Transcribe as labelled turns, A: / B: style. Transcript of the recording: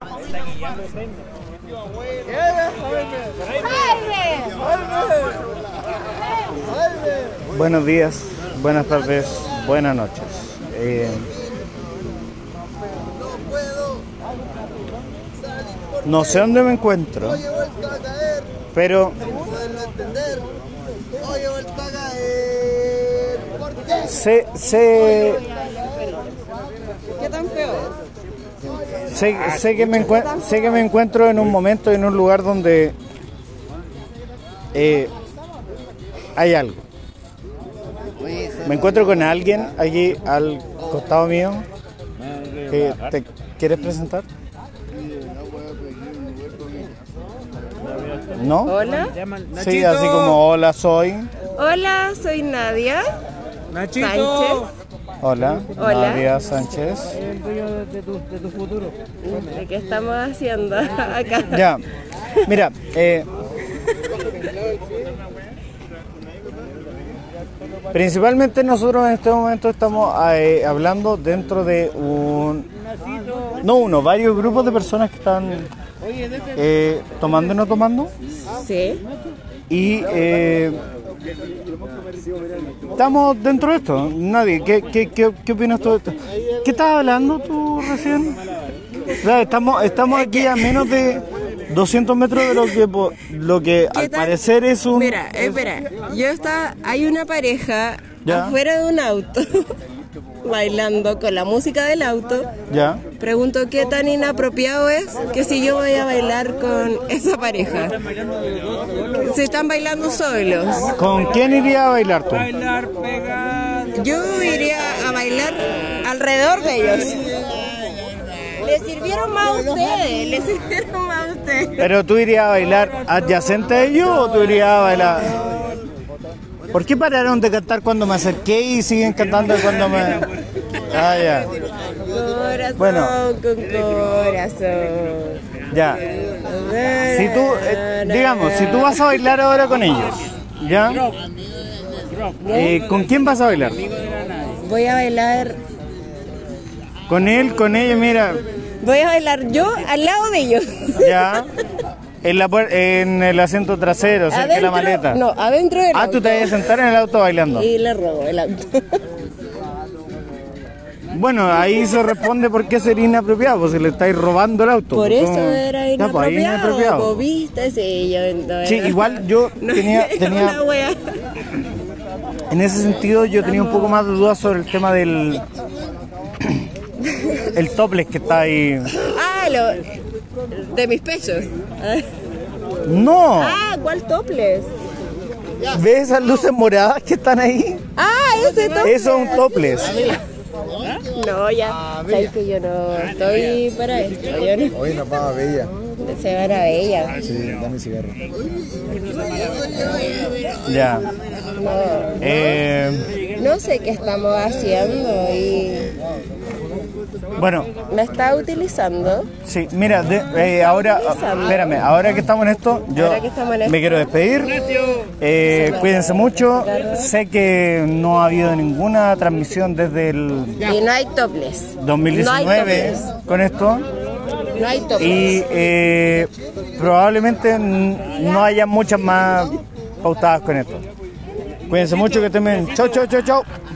A: está guiando.
B: ¡Jaime!
C: Buenos días, buenas tardes, buenas noches. Eh, no sé dónde me encuentro,
D: Hoy he vuelto a caer,
C: pero
D: poderlo entender. Hoy he vuelto a caer. ¿Por qué?
C: sé, sé,
E: ¿Qué tan feo?
C: sé, sé que, me encuen- sé que me encuentro en un momento, en un lugar donde eh, hay algo. Me encuentro con alguien allí al costado mío. que- ¿Te quieres presentar? ¿No?
E: Hola.
A: Llaman,
C: Sí, así como hola soy.
E: Hola, soy Nadia.
A: Nachito.
E: Sánchez.
C: Hola,
E: Hola.
C: Nadia Sánchez.
A: El dueño de, de tu, de tu futuro.
E: ¿De ¿Qué estamos haciendo acá?
C: Ya. Mira, eh, principalmente nosotros en este momento estamos eh, hablando dentro de un no uno, varios grupos de personas que están eh, tomando y no tomando
E: Sí.
C: y eh, estamos dentro de esto. Nadie, ¿qué, qué, qué, qué opinas tú de esto? ¿Qué estabas hablando tú recién? O sea, estamos, estamos aquí a menos de 200 metros de lo que, po- lo que
E: ¿Qué
C: al
E: tal?
C: parecer es un...
E: Mira, espera. Yo estaba. Hay una pareja
C: Ya.
E: afuera de un auto bailando con la música del auto.
C: Ya.
E: Pregunto qué tan inapropiado es que si yo voy a bailar con esa pareja. Se están bailando solos.
C: ¿Con quién iría a bailar tú?
A: Bailar, pegar.
E: Yo iría a bailar alrededor de ellos. Le sirvieron más a ustedes, le sirvieron más a ustedes.
C: ¿Pero tú irías a bailar adyacente a ellos o tú irías a bailar...? ¿Por qué pararon de cantar cuando me acerqué y siguen cantando cuando me...? Ah, ya.
E: Corazón
C: Bueno.
E: con corazón.
C: Ya. Si tú, eh, digamos, si tú vas a bailar ahora con ellos, ¿ya? Eh, ¿Con quién vas a bailar?
E: Voy a bailar.
C: Con él, con ella, mira,
E: Voy a bailar yo al lado de ellos.
C: ya. En, la puer- en el asiento trasero, cerca de la maleta.
E: No, adentro del
C: Ah,
E: auto.
C: tú te vas a sentar en el auto bailando.
E: Y le robo el auto.
C: Bueno, ahí se responde por qué sería inapropiado, pues si le estáis robando el auto.
E: Por
C: pues,
E: eso
C: ¿cómo?
E: era
C: Ya, pues, ahí es
E: inapropiado.
C: inapropiado.
E: po, ¿Viste? Sí, yo entonces.
C: Sí, igual yo
E: No,
C: tenía-
E: era
C: tenía-
E: una wea.
C: En ese sentido yo tenía un poco más de dudas sobre el tema del... El topless que está ahí.
E: Ah, lo. De mis pechos.
C: No.
E: Ah, ¿cuál topless?
C: ¿Ves esas luces moradas que están ahí?
E: Ah, ese topless.
C: Eso es un topless.
E: No,
D: Ah,
E: ya. Sabes que yo no estoy para esto. Yo no.
D: Hoy rapaba bella.
E: Se van a ella.
D: Sí, dame cigarro.
C: Ya.
E: No,
C: Eh,
E: no sé qué estamos haciendo y
C: bueno,
E: me está utilizando.
C: sí, mira, de- eh, ahora, espérame, ahora que estamos en esto, yo
E: Ahora que estamos en esto.
C: me quiero despedir. Eh, cuídense mucho. Sé que no ha habido ninguna transmisión desde el
E: Y no hay topless. No hay
C: 2019
E: topless.
C: con esto.
E: No hay topless.
C: Y eh, probablemente n- no haya muchas más pautadas con esto. Cuídense mucho, que estén bien. Chau, chau, chau, chau.